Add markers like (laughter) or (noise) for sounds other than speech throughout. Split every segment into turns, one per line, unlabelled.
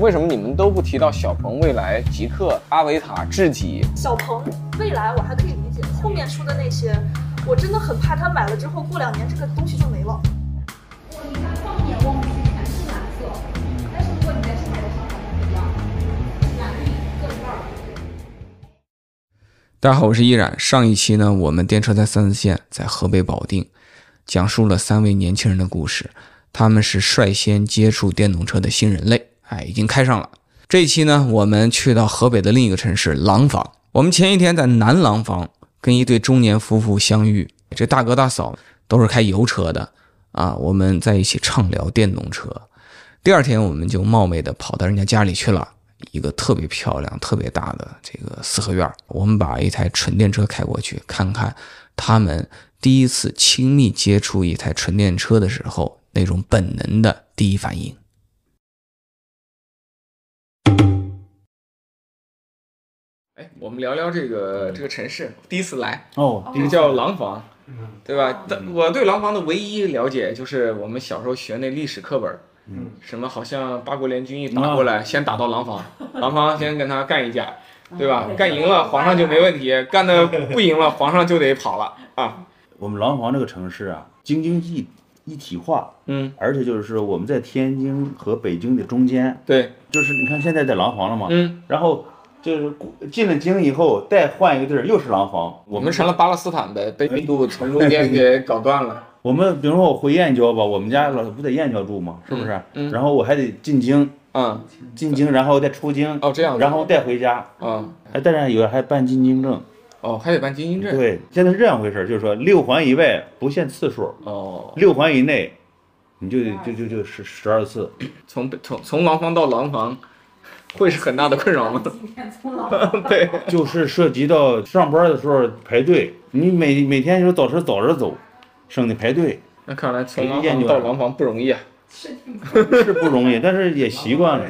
为什么你们都不提到小鹏、蔚来、极客、阿维塔、智己？
小鹏、蔚来我还可以理解，后面出的那些，我真的很怕他买了之后，过两年这个东西就没了。
我你看放眼望去全是蓝色，但是如果你在上海的商场不一样，蓝绿各一半儿。
大家好，我是依然。上一期呢，我们电车在三四线，在河北保定，讲述了三位年轻人的故事。他们是率先接触电动车的新人类，哎，已经开上了。这一期呢，我们去到河北的另一个城市廊坊。我们前一天在南廊坊跟一对中年夫妇相遇，这大哥大嫂都是开油车的啊。我们在一起畅聊电动车。第二天，我们就冒昧的跑到人家家里去了，一个特别漂亮、特别大的这个四合院儿。我们把一台纯电车开过去，看看他们第一次亲密接触一台纯电车的时候那种本能的第一反应。哎，我们聊聊这个这个城市，第一次来，
哦，
这个叫廊坊，嗯对吧？但我对廊坊的唯一了解就是我们小时候学那历史课本儿，什么好像八国联军一打过来，先打到廊坊，廊坊先跟他干一架， (laughs) 对吧？干赢了皇上就没问题，干的不赢了皇上就得跑了啊。
我们廊坊这个城市啊，京津冀一体化，
嗯，
而且就是我们在天津和北京的中间，
对，
就是你看现在在廊坊了嘛，
嗯，
然后就是过进了京以后，再换一个地儿又是廊坊，
我
我
们
们
成了巴勒斯坦呗，被印度从中间给搞断了。
我们比如说我回燕郊吧，我们家老不在燕郊住嘛，是不是？
嗯
然后我还得进京，
嗯，
进京然后再出京，
哦这样子
然后再回家，
嗯，
还但是有人还办进京证，
哦，还得办精英证。
对，现在是这样回事儿，就是说六环以外不限次数，
哦，
六环以内你就就就就十十二次。
从北从从廊坊到廊坊，会是很大的困扰吗？
今天从老板
对，
就是涉及到上班的时候排队，你每每天就早晨早着走，省得排队
那看来从廊坊
从廊
到
坊到
廊
廊
坊不容易啊。
是挺棒
是不容易，但是也习惯了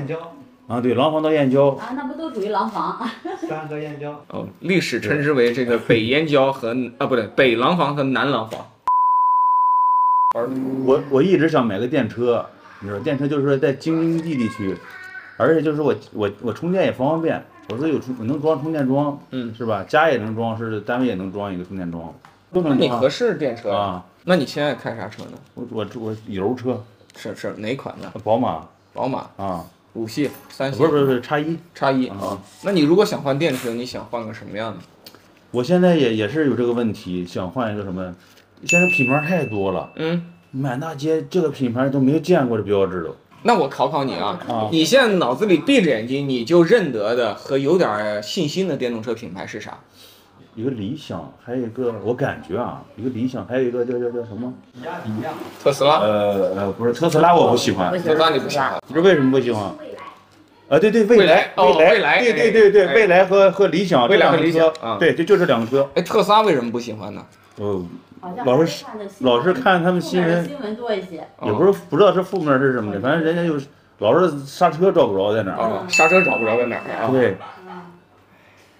啊。对，廊坊到燕郊，
啊，那不都属于廊坊？
三个燕郊，
哦，历史称之为这个
(laughs)
北燕郊和啊不对，北廊坊和南廊坊。
我我一直想买个电车，你知道，电车就是说在京津冀地区，而且就是我我我充电也方便，我这有充我能装充电桩，
嗯，
是吧？家也能装，是单位也能装一个充电桩，都
那
能
你
装
合适电车？
啊。
那你现在开啥车呢？
我我我油车，
是是哪款呢？
宝马
宝马、
啊，
五系、三系？
不是不是不是叉一。
叉一
啊。
那你如果想换电车，你想换个什么样的？
我现在也也是有这个问题，想换一个什么？现在品牌太多了，
嗯，
满大街这个品牌都没有见过的标志都。
那我考考你啊，
啊
你现在脑子里闭着眼睛你就认得的和有点信心的电动车品牌是啥？
一个理想，还有一个我感觉啊，一个理想，还有一个叫叫叫什么？
比亚迪呀，
特斯拉。
呃呃，不是特斯拉，我不喜欢。
特斯拉你啊不喜欢？
你知道为什么不喜欢？啊，对对，
蔚
蔚
来
来，
哦蔚
蔚
来
对
哎
对对对，
哎
蔚来和和理想
蔚
这
来
两
和
个
理
车
想啊，
对，这就这两个车。
哎，特斯拉为什么不喜欢呢？
呃，
好像
老
还
是
看的新闻
老是看他们
后
新
面的
闻，嗯
新闻多一些，
哦
也不是不知道是负面是什么的，反正人家就是老是刹车找不着在哪儿。
啊，刹车找不着在哪儿啊？
对，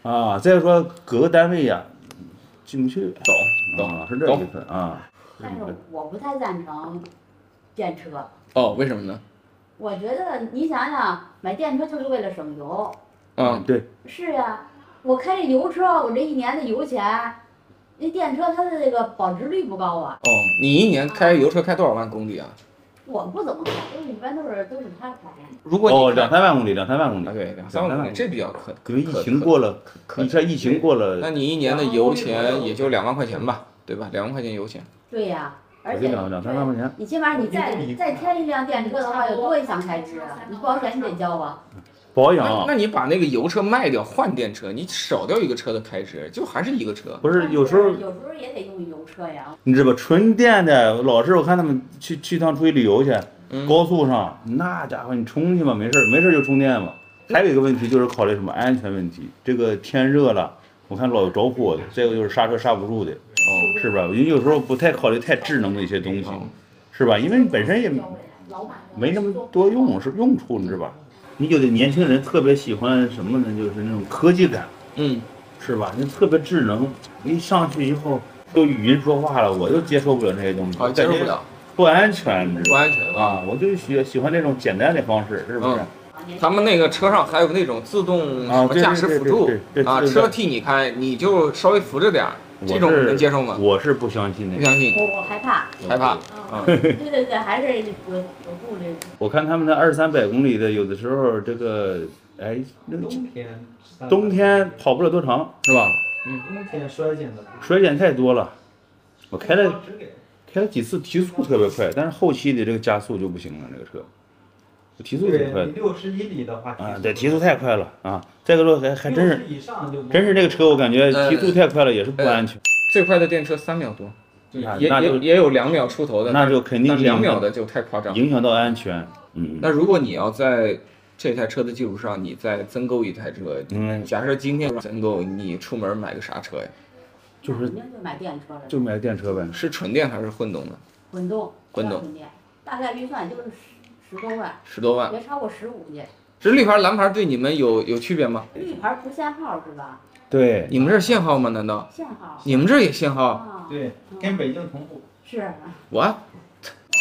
啊，再说各个单位呀、进不去，
懂懂
啊，是这意思啊。
哎
但是我不太赞成电车。
哦，为什么呢？
我觉得你想想，买电车就是为了省油。
嗯，
对，
是呀、我开这油车，我这一年的油钱，那电车它的这个保值率不高啊。
哦，你一年开油车开多少万公里啊？
我不怎么开，都是一般都是都是他开。
如果
哦，
你
两
开
三万公里，两三万公里
啊，，对，两三万公里，这比较可
因为疫情，过了，
可
你看疫情过
可
了，
那你一年的油钱也就两万块钱吧，对吧？两万块钱油钱，
对呀、而
哎
也
且
就啊两两三万块钱。
你起码你再再添一辆电车的话，有多一项开支啊？你保险你得交啊。
保养
那
啊
那你把那个油车卖掉换电车，你少掉一个车的开支，就还是一个车。
不是有时候
有时候也得用油车呀。
你知道吧？纯电的，老是我看他们去去趟出去旅游去
嗯，
高速上那家伙你充去吧，没事儿没事儿就充电吧。还有一个问题就是考虑什么安全问题，这个天热了，我看老有着火的，再一个就是刹车刹不住的。
哦，
是吧？因为有时候不太考虑太智能的一些东西
嗯，
是吧？因为本身也没那么多用是用处，你知吧？你有的年轻人特别喜欢什么呢？就是那种科技感，
嗯，
是吧？那特别智能，一上去以后都语音说话了，我就接受不了那些东西，
好，啊接受不了，
不安全，你知
不
道
安全
吧？啊，我就喜喜欢那种简单的方式，是不是
嗯？
年轻
咱们那个车上还有那种自动什
啊
么
对
驾驶辅助
对对对对对
啊，
对
车替你开，你就稍微扶着点儿，这种
我是
能接受吗？
我是不相信那
不
个。
相信，
我我害怕，
害怕。
嗯，对对对，还是我我顾虑。
我看他们那二三百公里的，有的时候这个，哎，那个
冬天，
冬天跑不了多长，是吧？
嗯冬天衰减的，
衰减太多了。我开了
只给
开了几次提速特别快，但是后期的这个加速就不行了，这个车提速挺快
对
的
你六十以里的话，
啊，对，提速太快了啊。再一个说还还真是
60以上就不
真是这个车，我感觉
呃
提速太快了，也是不安全。
最快的电车三秒多，
那
也
那
也
就
也有两秒出头的，
那就肯定
但
是
两秒的就太夸张。
影响到安全。嗯，
那如果你要在这台车的基础上，你再增购一台车，
嗯，
假设今天增购，你出门买个啥车呀？
就是
肯定就买电车了，
就买电车呗。
是纯电还是混动的？
混动，
混动
不要电，大概预算就是十十多万，
十多万。
别超过十五去。
这绿牌蓝牌对你们有有区别吗？
绿牌不限号是吧？
对，
你们这儿限号吗？难道
限号。
你们这儿也限号？
啊，
对，跟北京同步。
是，啊
我，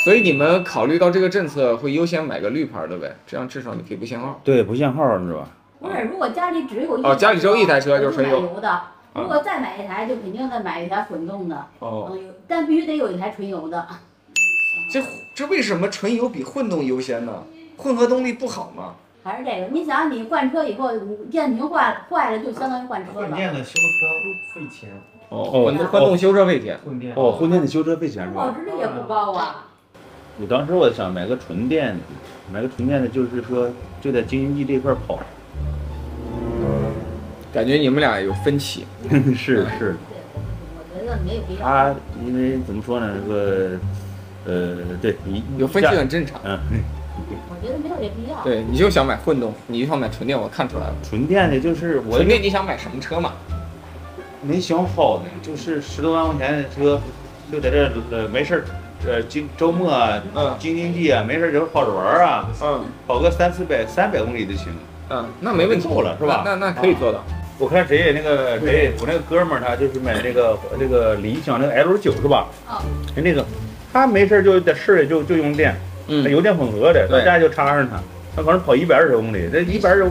所以你们考虑到这个政策，会优先买个绿牌的呗，这样至少你可以不限号。
对，不限号是吧？
不是？如果家里只有一
哦家里只有一台车
我
就
就是
纯
买
油啊
油的。如果再买一台，就肯定再买一台混动的，
哦，
嗯，有但必须得有一台纯油的。嗯
这这为什么纯油比混动优先呢？混合动力不好吗？
还是这个，你想你换车以后，电瓶坏坏了就相当于换车
混
了。
电的修车费钱，
哦，
哦
混混动修车费钱。
混电
哦，婚前的修车费钱是
保
吧？
值哦率也不高啊。
我当时我想买个纯电的，买个纯电的，就是说就在京津冀这块儿跑。 (laughs)
感觉你们俩有分歧。
是
嗯
是，
我觉得没有必要。
他因为怎么说呢，这个呃，对，你
有分歧很正常。
嗯，
我觉得没有这必要。
对，你就想买混动，你就想买纯电，我看出来了。
纯电的就是我
纯电你想买什么车嘛？
没想好呢，就是十多万块钱的车，就在这儿呃没事儿，呃，经周末啊，
嗯
京津冀啊，没事儿就跑着玩儿啊，
嗯
跑个三四百三百公里就行。
嗯，那没问题，
够了是吧
那那那可以做到。
我看谁也那个谁，我那个哥们儿他就是买那个那个理想那个 L 九是吧？
哦
人那个他没事儿就在市里就就用电，它
嗯，
油电混合的，
对
到家就插上它，他可能跑一百二十公里，这一百二十，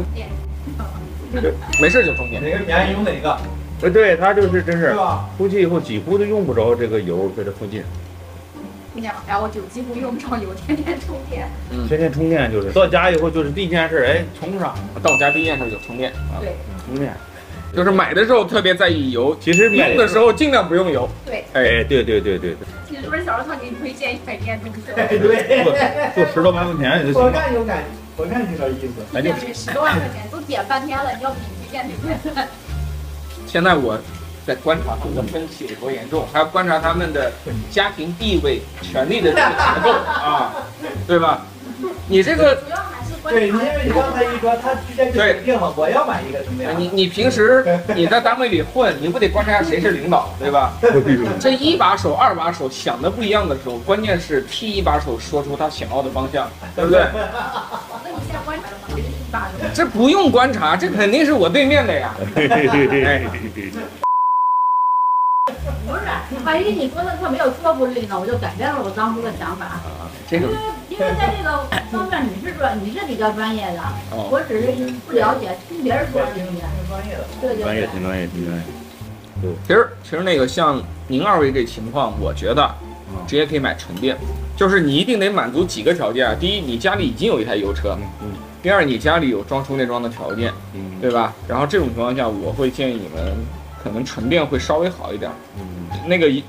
没事就充电。
哪个便宜用哪个，
呃，对他就是真
是
是
吧？
出去以后几乎都用不着这个油，在这附近
两然后就几乎用不着油，天天充电。
天天充电就是，到家以后就是第一件事，哎，充上
到我家第一件事就充电，啊
对
充电，
就是买的时候特别在意油，
其实买
用的时候尽量不用油。
对，
哎，对对对对，
你是不是小时候给你推荐一百电动
(laughs)
车？
对，
就十多万块钱也就
我
行了，哎
看有感，我看有点意思。
咱就
这十多万块钱都点半天了，你要比推荐推荐。
现在我在观察他们的分歧有多严重，还要观察他们的家庭地位、权力的这个结构啊，对吧？你这个，
主要还是观
对，因
察。
为你刚才一说，他之前就
对哎
决定了，我要买一个什么样的。
你你平时你在单位里混，你不得观察一下谁是领导，对吧？这一把手、二把手想的不一样的时候，关键是替一把手说出他想要的方向，对不对？
哦
那你现在观察了吗？这是一把的。
这不用观察，这肯定是我对面的呀。
哎
不是，万一你说的特没有说服力呢，我就改变了我当初的想法。
这
因
种
为因为在这个方面你是专，你是比较专业的，
哦
我只是不了解，听别人说
对
而
挺挺
已。
专业的。
对对
专业
对。
挺专业挺专业，
其实其实那个像您二位这情况，我觉得
嗯
直接可以买纯电，就是你一定得满足几个条件啊。第一，你家里已经有一台油车；
嗯
第二，你家里有装充电桩的条件，
嗯
对吧？然后这种情况下，我会建议你们可能纯电会稍微好一点。
嗯
那个一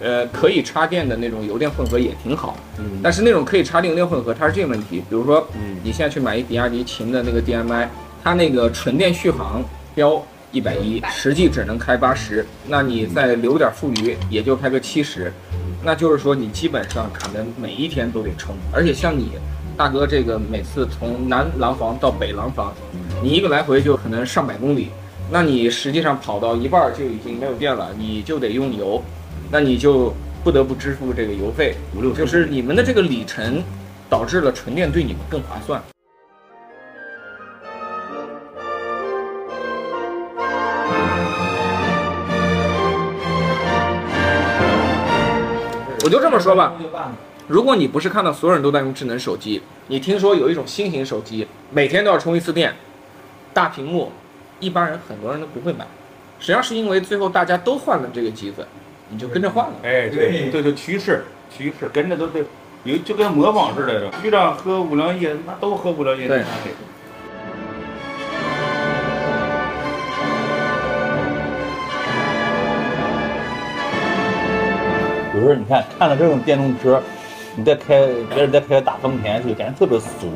呃可以插电的那种油电混合也挺好，
嗯
但是那种可以插电油电混合它是这个问题，比如说
嗯
你现在去买一比亚迪秦的那个 DMI，它那个纯电续航标一百一，实际只能开八十，那你再留点富余，也就开个七十，
嗯
那就是说你基本上可能每一天都得充，而且像你大哥这个每次从南廊坊到北廊坊，
嗯
你一个来回就可能上百公里，那你实际上跑到一半儿就已经没有电了，你就得用油，那你就不得不支付这个油费，
五六十
就是你们的这个里程导致了纯电对你们更划算。我就这么说吧，
(laughs)
就办了，
如果你不是看到所有人都在用智能手机，你听说有一种新型手机，每天都要充一次电，大屏幕，一般人很多人都不会买。实际上是因为最后大家都换了这个机子，你就跟着换了。
哎，对
对
对对，趋势趋势跟着都对，有就跟模仿似的，局长喝五粮液，那都喝五粮液。
对
那得有时候你看看到这种电动车，你再开别人再开大丰田去，感觉特别俗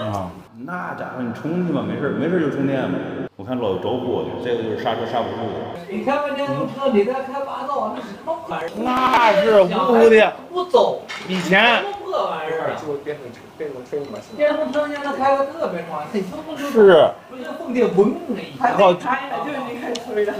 啊。那家伙，你充去吧，没事儿没事儿就充电吧。我看老有着火的，这个就是刹车刹不住的。
你开完电动车，你再开霸道，那什么玩意儿？
那是呜呜的，
不走，
以
什
前
么破玩意儿啊！
就变成变成车嘛，
电动车现在开的特别长，你说不知道
是啊
不是蹦迪嗡的一下，
好
开了就是你开吹的，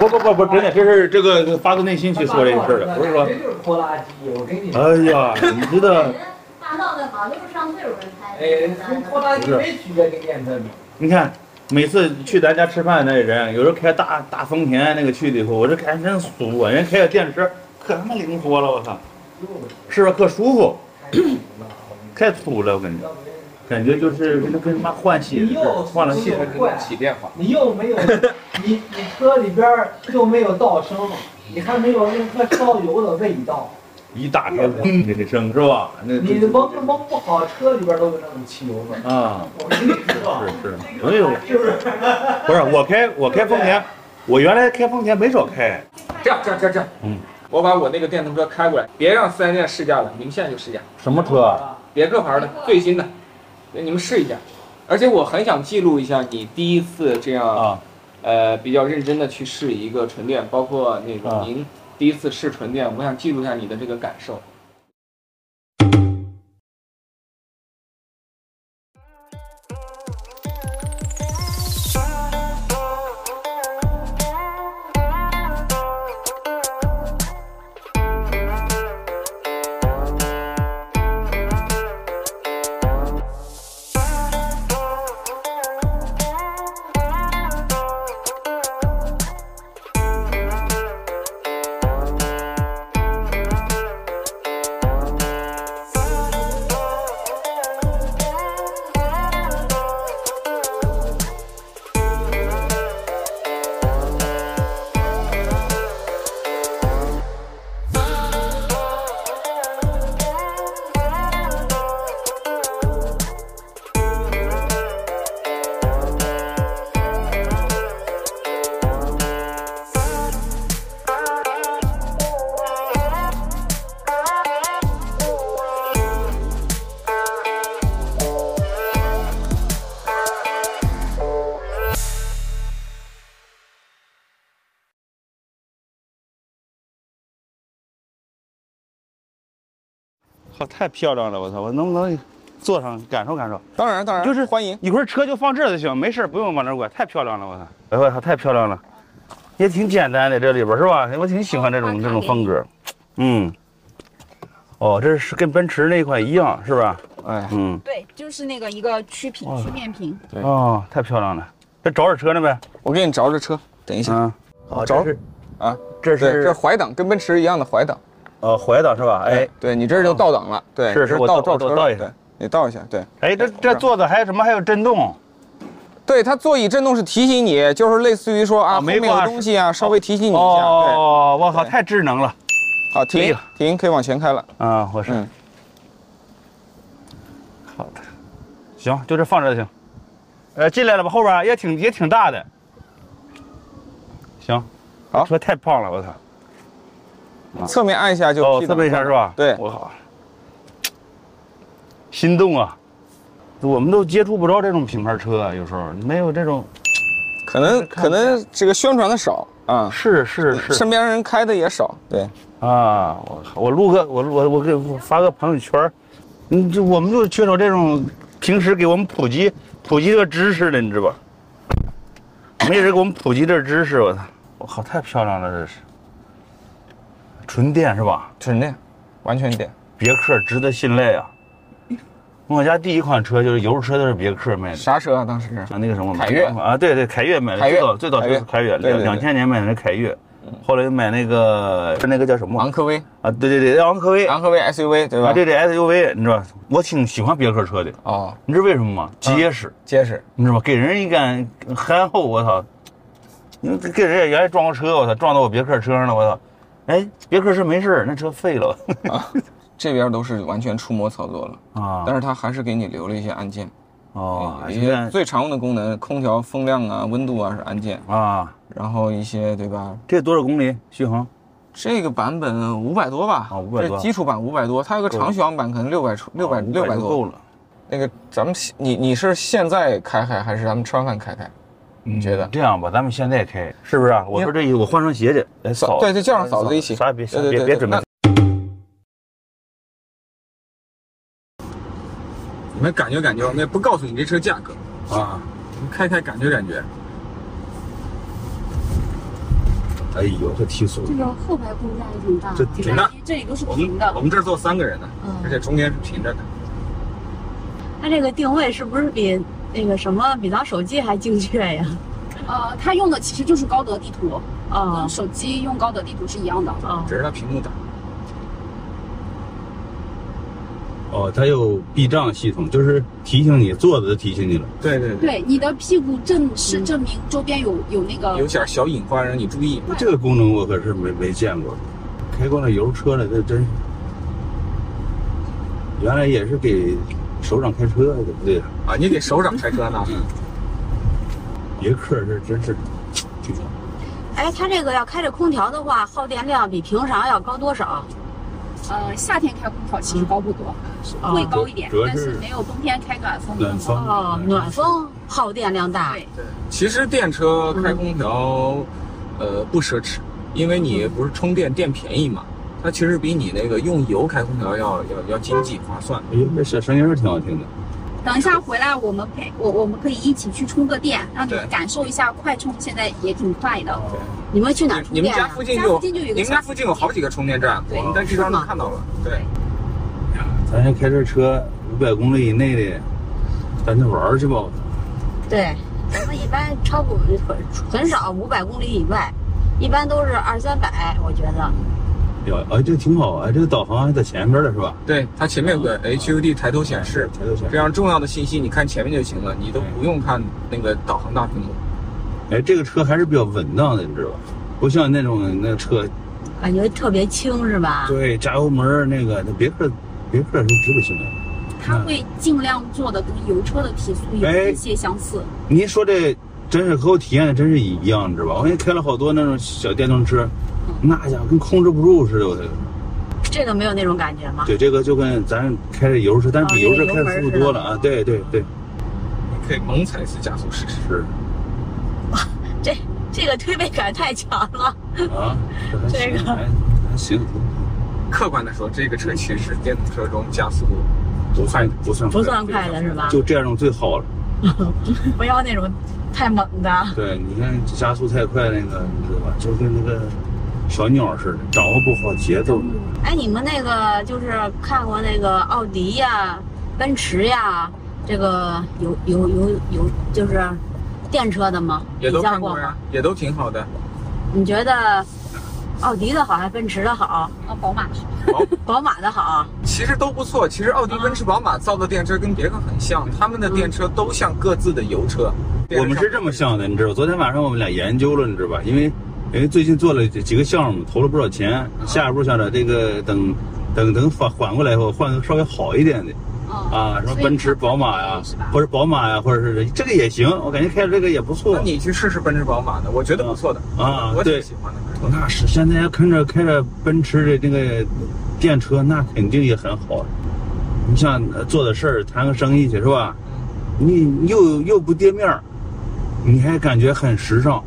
不不不不，真的，这是这个发自内心去说这个事儿的，不是说
这就是拖拉机，我跟你说，
哎呀，你知道，
嗯
大道的马路上岁数人开的。
哎，跟拖拉机没区别，跟电车比。
你看每次去咱家吃饭那人，有时候开大大丰田那个去的以后，我这看真俗啊，人家开个电车可他妈灵活了，我操，是吧？可舒服，太土了，我感觉，感觉就是跟跟他妈换血似的，换了血。
起变化。
你
(laughs)
又没有，你你车里边儿又没有噪声，你还没有任何烧油的味道，
一打开嗡的这声是吧？那
你蒙蒙不好，车里边都有那种汽油味儿。
啊，
我跟你说，
是是，哎呦，
是不是？
不是我开我开丰田，我原来开丰田没少开，
这样这样这样这样，
嗯，
我把我那个电动车开过来，别让四 S 店试驾了，你们现在就试驾，
什么车啊？
别克牌的最新的，你们试一下。而且我很想记录一下你第一次这样，
啊，
呃，比较认真的去试一个纯电，包括那
啊
个您第一次试纯电，我想记录一下你的这个感受。
靠，太漂亮了，我操！我能不能坐上感受感受？
当然当然，
就是
欢迎。
一会儿车就放这儿就行，没事儿不用往那儿拐，太漂亮了，我操！哎我操，太漂亮了，也挺简单的这里边儿是吧？我挺喜欢这种这种风格，嗯。哦，这是跟奔驰那一款一样是吧？
哎，
嗯，
对，就是那个一个曲屏曲面屏，
对
哦，太漂亮了，这找点车呢呗？
我给你找找车，等一下。
嗯，
好
这
找
是
啊，
这
对，这
是
怀档跟奔驰一样的怀档。
呃怀档是吧？哎，
对你这就倒档了，对，
是
这
是我
倒
倒
倒
我
车
倒
了
一下
对你倒一下，对，
哎，这这座子还有什么？还有震动，
对，它座椅震动是提醒你，就是类似于说啊，
啊
后
没
面
挂
有
是
东西啊，稍微提醒你一下，对，
哦，我靠，
对
太智能了
好，
哎
停
呀
停，可以往前开了，
啊！我是
嗯，
好的，行，就这放着就行。呃，进来了吧，后边儿也挺也挺大的。行，
好
车太胖了，我操！
侧面按一下就
哦，
P
这
档
么一下是吧？
对
我靠，心动啊！我们都接触不着这种品牌车啊，有时候没有这种。
可能可能这个宣传的少啊，
是是是
身边人开的也少，对，
啊！我靠，我录个我我我给我发个朋友圈儿，嗯，就我们就缺少这种平时给我们普及普及这个知识的，你知道吧？没人给我们普及这知识，我操！我靠，太漂亮了，这是纯电是吧？
纯电，完全电，
别克值得信赖啊！我家第一款车就是油车，都是别克卖的。
啥车啊？当时
啊，那个什么，
凯越
啊，对对，凯越买的，
凯越
最早最早就是凯越，
对对
两
对
两千年买的凯越，后来买那个那个叫什么
昂科威，
啊？对对对，昂科威，
昂科威 SUV 对吧
啊，？这这 SUV 你知道吧，我挺喜欢别克车的，
哦，
你知道为什么吗？结实，
结实，
你知道吧？给人一感憨厚，我操！你给人家原来撞过车，我操，撞到我别克车上了，我操！哎，别克车没事儿那车废
(laughs)
了
这边都是完全触摸操作了，
啊
但是它还是给你留了一些按键，啊
哦，
一
现
些
在
最常用的功能，空调风量啊、温度啊是按键，
啊，
然后一些对吧？
这多少公里续航？
这个版本五百多吧，
啊500多
这基础版五百多，它有个长续航版可能六百出六百
啊500
六百
就
多
够。了。
那个咱们你你是现在开开还是咱们吃完饭开开？
你
觉得
这样吧？咱们现在开，是不是啊？我说这意思，我换双鞋去。哎来，
嫂
嫂，
对对叫上嫂子一起
啥也别
对对
别
对
别
对
准备
那。你们感觉感觉，我们也不告诉你这车价格啊，你开开感觉感觉。
哎呦，这提手
这个后排空间还挺大，
这
就
挺
大
感觉这里都是
我
平
们
的
我。们这儿坐三个人呢，
嗯
而且中间是平着的。
它这个定位是不是比那个什么比咱手机还精确
(laughs)
呀？
呃，它用的其实就是高德地图，
啊
跟手机用高德地图是一样的。
啊，
只是它屏幕大。
哦，它有避障系统，就是提醒你坐着提醒你了。
对对，
对，你的屁股正是证明周边有有那个
有点小隐患，让你注意。
这个功能我可是没没见过，开惯了油车了，这真是。原来也是给首长开车，对不对？
啊，你给首长开车呢？
嗯
别克这真是挺好。
哎，它这个要开着空调的话，耗电量比平常要高多少？啊
呃夏天开空调其实高不多，是
啊
会高一点
主要，
但
是
是没有冬天开暖风
暖
高
风
哦，暖风耗电量大。
对
其实电车开空调，
嗯
呃，不奢侈，因为你不是充电电便宜嘛，它其实比你那个用油开空调要要要经济划算。
哎呦，这小声音儿挺好听的。
等一下回来，我们陪我我们可以一起去充个电，让你
对
感受一下快充，现在也挺快的。
你们去哪儿充
你们
电啊
家
呀？
附近
啊家
就
附近就有一个
你们家
小
附近有好几个充电站，
对
我们在地图上都
是吗
看到
哦
了。对，
咱先开这车五百公里以内的，咱就玩儿去吧。
对，我们一般超过很很少五百公里以外，一般都是二三百，我觉得。
哟，哎，这挺好啊，这个导航还在前边了是吧？啊
对，它前面有个 HUD 抬头显示，
抬头显
这
示。
样重要的信息你看前面就行了，你都不用看那个导航大屏幕。
哎，这个车还是比较稳当的，你知道吧？不像那种那车，
感觉特别轻是吧？
对，加油门儿那个，那别克，别克是直不行啊的。
它会尽量做的跟油车的提速有一些相似。
您说这真是和我体验的真是一样，你知道吧？我也开了好多那种小电动车，
嗯
那家伙跟控制不住似的。我这个
这个没有那种感觉吗？
对，这个就跟咱开着油车，但
哦
是比油车开的舒服多了啊！对对对，
你可以猛踩一次加速试
嗯
试。
是
这这个推背感太强
(laughs)
了。
啊，这还
这
行，
个
还还行，
客观的说，这个车其实是电动车中加速
不算不算
不算快的是吧
就这样最好了。
不要那种太猛的。
对，你看加速太快那个，你知道吧？就跟那个小鸟似的，掌握不好节奏。
嗯
哎，你们那个就是看过那个奥迪呀、奔驰呀，这个有有有有就是电车的吗？
也都
比较
看过呀
吗？，
也都挺好的。
你觉得奥迪的好还是奔驰的好？ (laughs)
啊，宝马的好，
宝马的好？
其实都不错。其实奥迪、奔驰、宝马造的电车跟别克很像，他们的电车都像各自的油车。
嗯我们是这么想的，你知道？昨天晚上我们俩研究了，你知道吧？因为因为最近做了几个项目，投了不少钱。
嗯
下一步想着这个等等等缓缓过来以后，换个稍微好一点的
哦
啊，什么奔驰、宝马呀、
是吧
或者宝马呀、或者是这个也行。我感觉开着这个也不错
那哦你去试试奔驰、宝马的，我觉得不错的
啊
我
对
挺喜欢的。
那是现在要看着开着奔驰的那个电车，那肯定也很好。你像呃做的事儿，谈个生意去是吧？你又又不跌面儿，你还感觉很时尚。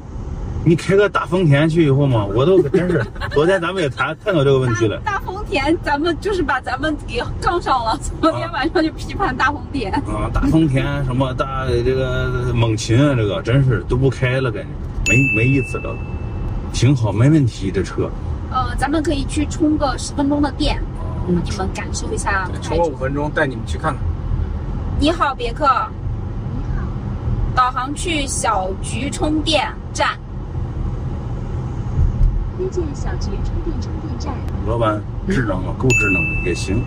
你开个大丰田去以后嘛，我都可真是，昨天咱们也谈探讨这个问题了。
大丰田，咱们就是把咱们给杠上了。昨天晚上就批判大丰田，
啊，大丰田什么大这个猛禽啊，这个真是都不开了，感觉没没意思了。挺好，没问题，这车。
呃，咱们可以去充个十分钟的电，
嗯
让你们感受一下
对
快
充我
充。
五分钟，带你们去看看。
你好，别克。导航去小桔充电站。
推荐小桔充电充电站。
老板智能吗？够智能的，也行。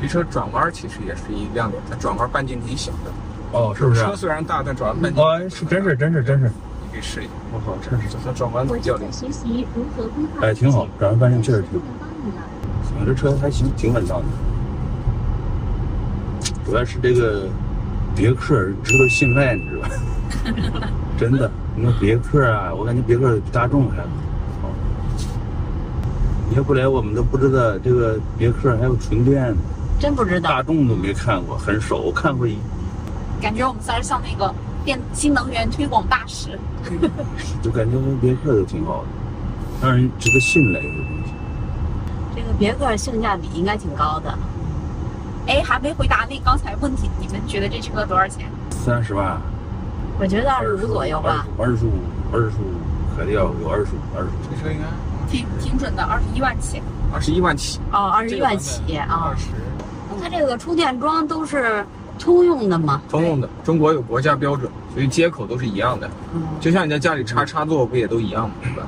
这车转弯其实也是一亮点，它转弯半径挺小的。
哦，是不是？
车虽然大，但转弯半径
哦，是真是真是真是，
你可以试一下。
我靠，真是，
它转弯
我
比较
正
灵
在。学习如何规划。
哎，挺好，转弯半径确实挺
能帮你了。
行，这车还行，挺稳当的。主要是这个别克值得信赖，你知道吧？ (laughs) 真的，你说别克啊，我感觉别克比大众还好。你要不来，我们都不知道这个别克还有纯电，
真不知道
大。众都没看过，很少。我看过一，
感觉我们仨像那个电新能源推广大使。
就感觉别克都挺好的，让人值得信赖这个东西。
这个别克性价比应该挺高的，
哎，还没回答那刚才问题，你们觉得这车多少钱？
三十万，
我觉得二十五左右吧。
25，二十五，二十五，肯定要有二十五，二十五。
这车应该
挺挺准的，二十一万起。
二十一万起，
哦，二十一万
啊这
起
个版本
啊
二。十，嗯
它这个充电桩都是通用的嘛？
通用的。中国有国家标准，所以接口都是一样的。
嗯，
就像你在家里插插座，不也都一样吗？是吧？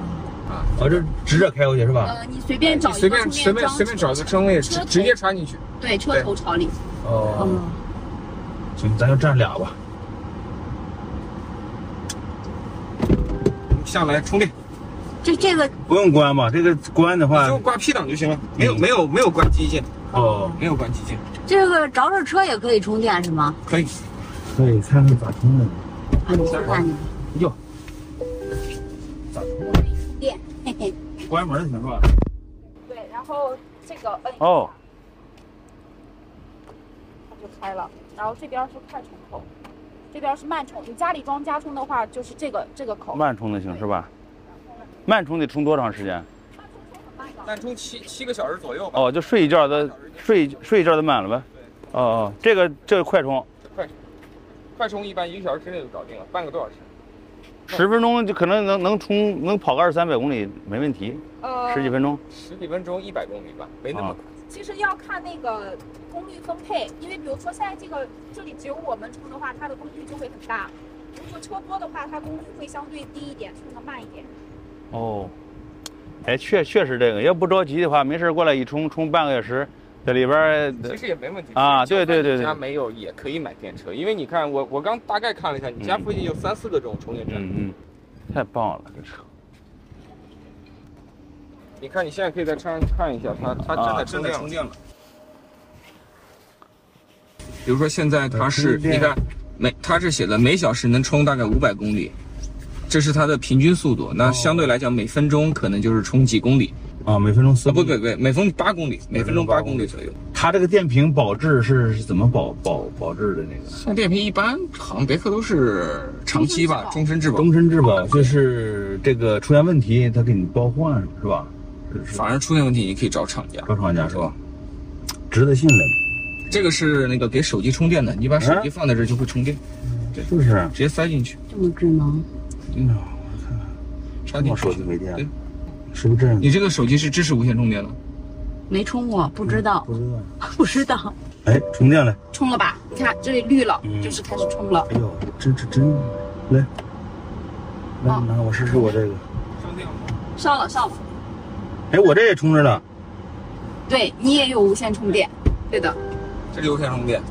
啊，这直着开过去是吧？
呃，你随便找
你
一
随
个充
便
电
随便
桩
随便找个称位，
车
直
头
直接插进去。
对，车头朝里。
哦，
嗯，
行，咱就占俩吧。
下来充电，
这这个
不用关吧？这个关的
你
话
就，挂 P 档就行了，没有没有没有关机键，
哦，
没有关机键，
这个着着车也可以充电是吗？
可以。
可以看看咋充的。
啊，
嗯
你看你
哟，
我可以充电，嘿嘿。
关门行是吧？
对，然后这个摁一下
哦，
它就开了。然后这边是快充口，这边是慢充。你家里装家充的话，就是这个这个口。
慢充的行是吧？慢充得充多长时间？
但充七七个小时左右吧。
哦，就睡一觉的，睡睡一觉的满了呗。哦哦，这个这个快充，
快充一般一个小时之内就搞定了，半个多小时。
十分钟就可能能能充能跑个二三百公里没问题，
呃，
十几分钟。哦
十几分钟一百公里吧，没那么快。
其实要看那个功率分配，因为比如说现在这个这里只有我们充的话，它的功率就会很大。如果车多的话，它功率会相对低一点，充的慢一点。
哦，哎，确确实这个，要不着急的话，没事儿过来一充充半个小时，在里边儿
其实也没问题
啊对对对
你
对
家没有也可以买电车，因为你看我我刚大概看了一下，你家附近有三四个这种充电站。
嗯嗯，太棒了，这车。
你看你现在可以在车上看一下，它它真
啊
的充电了。电了比如说现在它是，
充电
你看每它是写的每小时能充大概五百公里，这是它的平均速度。那相对来讲，每分钟可能就是充几公里
啊，每分钟四
啊，不
公
不
里。
不，每分钟八公里，每分钟八公里
每
左右。
它这个电瓶保质是是怎么保保保质的那个？
像电瓶一般，好像别克都是长期吧，终身质保。
终身质保，啊就是这个出现问题，它给你包换是吧？是是
反正出现问题你可以找厂家，
找厂家
是
是
吧
吧？？值得信赖
这个是那个给手机充电的，你把手机放在这就会充电，
吗？就是。
直接塞进去。
这么智能，
嗯，
插
我
进
手
去
机。没电
对
了，是不是这样？
你这个手机是支持无线充电的？
没充过，不知道，
不知道。
不知道。
哎，充电了。
充了吧，你看这里绿了，
嗯
就是开始充了。
哎呦，真真真，来，来
啊
拿我试试我这个。
上了上了，
哎，我这也充着了。
对你也有无线充电，对的。
这是无线充电。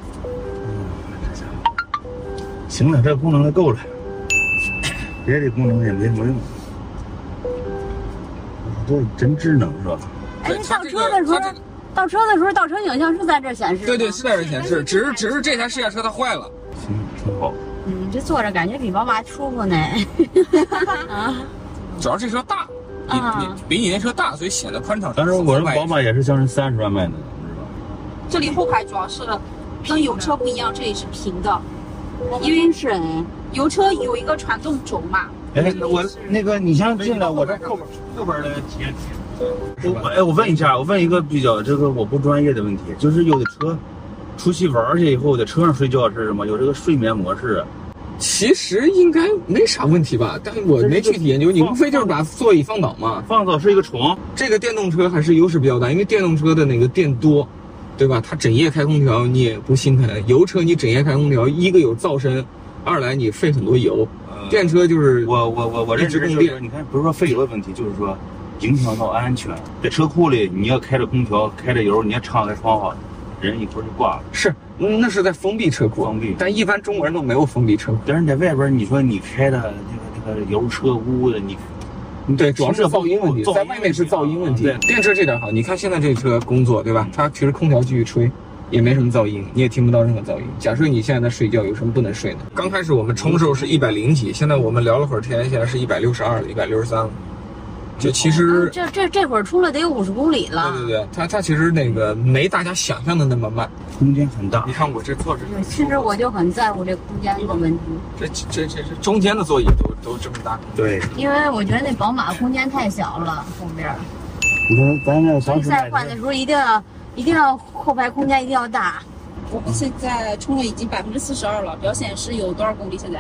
行了，这个功能就够了，别的功能也没什么用。这真智能是吧？
哎，
对
那
它
倒
这
车
个
的时候
它这，
倒车的时候倒车影像是在这显示的吗
对对，是在这显示，只是只是这台试驾车它坏了。
行，挺好。
嗯，这坐着感觉比宝马舒服呢。啊，
主要这车大，比
啊
比比你那车大，所以显得宽敞。
当时我这宝马也是将近三十万卖的，是吧？
这里后排主要是跟油车不一样，这里是平的，因为
真是哎，
油车有一个传动轴嘛。
哎，我那个你先进来，我这后边后边的节。我哎，我问一下，我问一个比较这个我不专业的问题，就是有的车出去玩儿去以后，在车上睡觉是什么？有这个睡眠模式啊？
其实应该没啥问题吧，但我没具体研究。你无非就是把座椅放倒嘛。
放倒是一个床，
这个电动车还是优势比较大，因为电动车的那个电多，对吧？它整夜开空调你也不心疼，油车你整夜开空调，一个有噪声，二来你费很多油，
啊，
电车就是
我我我我认
嗯
识
一直供
就
电
是，你看不是说费油的问题，就是说影响到安全。在车库里，你要开着空调，开着油，你要敞开窗户，人一会儿就挂了。
是嗯那是在封闭车库，
封闭
但一般中国人都没有封闭车库。
但是你在外边，你说你开的这个这个油车污的，你
嗯对，主要是
是
噪音问题，
噪音
在外面是噪音问题
问题。啊
电车这点好，你看现在这车工作，对吧？它其实空调继续吹，也没什么噪音，你也听不到任何噪音。假设你现在在睡觉，有什么不能睡的？刚开始我们冲的时候是一百零几，现在我们聊了会儿天，现在是一百六十二了，一百六十三了。就其实，
嗯这这这会儿出来得有五十公里了
对，对对，它它其实那个没大家想象的那么慢。
空间很大
你。看我这坐着，
嗯其实我就很在乎这空间这个问题，
这这这这中间的座椅都都这么大，
对，
因为我觉得那宝马空间太小了，后边儿。
你看咱这
所
当
以
时
再
买
换
的
的时候一定要一定要后排空间一定要大。
我们现在充了已经百分之四十二了，表显示有多少公里？现在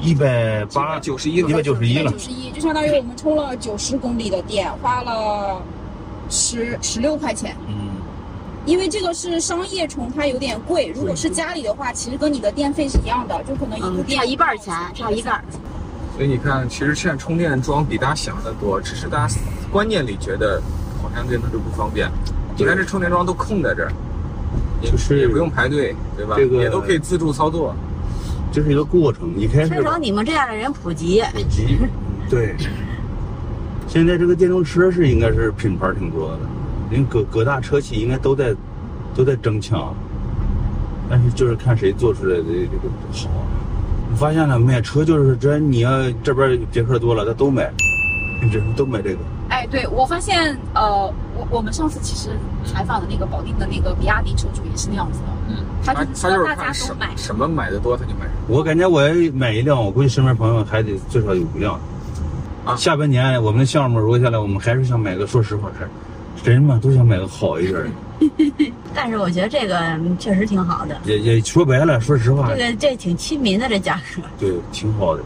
一百八
八九十一
一百
了，
九十一了
九，十一，就相当于我们充了九十公里的电，花了十十六块钱。
嗯，
因为这个是商业充，它有点贵。如果是家里的话，其实跟你的电费是一样的，就可能一度
嗯，
电、
差一半儿钱，差一半儿。
所以你看，其实现在充电桩比大家想的多，只是大家观念里觉得好像电动车不方便。你看这充电桩都空在这儿，也
就是
也不用排队，对吧？
这个
也都可以自助操作。
这是一个过程。一开
缺
始
少
吧，
你们这样的人普及，
对，现在这个电动车是应该是品牌挺多的，因为各各大车企应该都在都在争抢，但是就是看谁做出来的这个好。我发现了，买车就是真，你要这边别克多了，他都买，这都买这个。
哎，对我发现，呃，我我们上次其实采访的那个保定的那个比亚迪车主也是那样子的，
嗯，
他
他
就知
他就
道
是
大
看
家
什
都
么
买，
什么买的多，他就买什么。
我感觉我要买一辆，我估计身边朋友还得最少有五辆。
啊
下半年我们的项目如果下来，我们还是想买个，说实话还是，人嘛都想买个好一点的。
但是我觉得这个嗯确实挺好的，
也也说白了，说实话
这，个这挺亲民的这价格。
对，挺好的。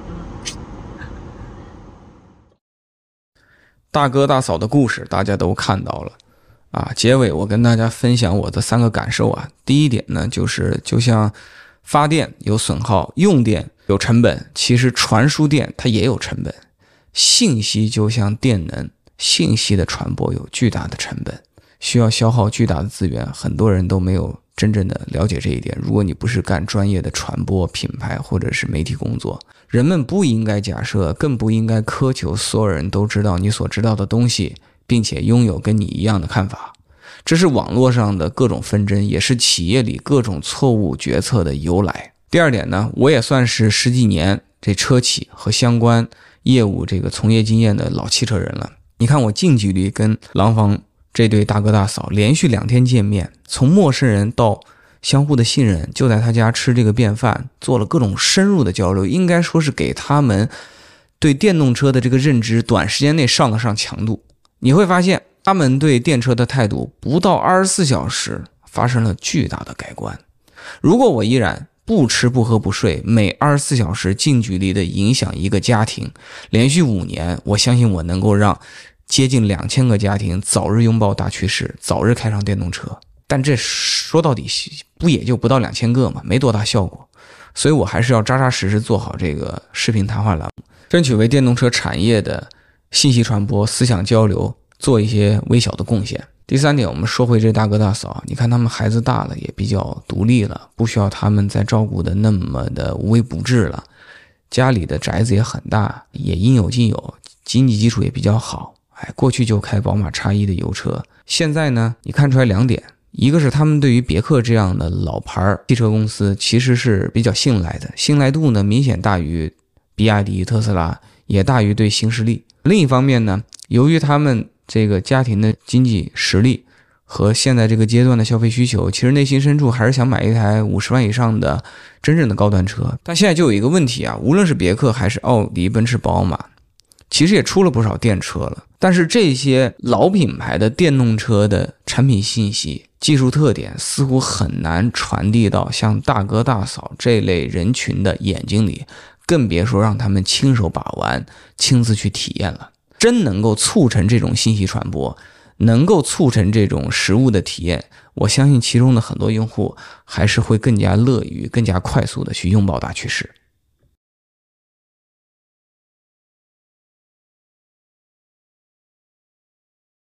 大哥大嫂的故事大家都看到了，啊，结尾我跟大家分享我的三个感受啊。第一点呢，就是就像发电有损耗，用电有成本，其实传输电它也有成本。信息就像电能，信息的传播有巨大的成本，需要消耗巨大的资源，很多人都没有真正的了解这一点。如果你不是干专业的传播、品牌或者是媒体工作，人们不应该假设，更不应该苛求所有人都知道你所知道的东西，并且拥有跟你一样的看法。这是网络上的各种纷争，也是企业里各种错误决策的由来。第二点呢，我也算是十几年这车企和相关业务这个从业经验的老汽车人了。你看我近距离跟廊坊这对大哥大嫂连续两天见面，从陌生人到相互的信任，就在他家吃这个便饭，做了各种深入的交流，应该说是给他们对电动车的这个认知短时间内上了上强度。你会发现，他们对电车的态度不到二十四小时发生了巨大的改观。如果我依然不吃不喝不睡，每二十四小时近距离的影响一个家庭，连续五年，我相信我能够让接近两千个家庭早日拥抱大趋势，早日开上电动车。但这说到底不也就不到两千个嘛，没多大效果。所以我还是要扎扎实实做好这个视频谈话栏目，争取为电动车产业的信息传播、思想交流做一些微小的贡献。第三点，我们说回这大哥大嫂，啊你看他们孩子大了，也比较独立了，不需要他们再照顾的那么的无微不至了。家里的宅子也很大，也应有尽有，经济基础也比较好。哎，过去就开宝马叉一的油车，现在呢，你看出来两点，一个是他们对于别克这样的老牌儿汽车公司其实是比较信赖的，信赖度呢明显大于比亚迪、特斯拉，也大于对新势力。另一方面呢，由于他们这个家庭的经济实力和现在这个阶段的消费需求，其实内心深处还是想买一台五十万以上的真正的高端车。但现在就有一个问题啊，无论是别克还是奥迪、奔驰、宝马，其实也出了不少电车了。但是这些老品牌的电动车的产品信息、技术特点，似乎很难传递到像大哥大嫂这类人群的眼睛里，更别说让他们亲手把玩、亲自去体验了。真能够促成这种信息传播，能够促成这种实物的体验，我相信其中的很多用户还是会更加乐于、更加快速的去拥抱大趋势。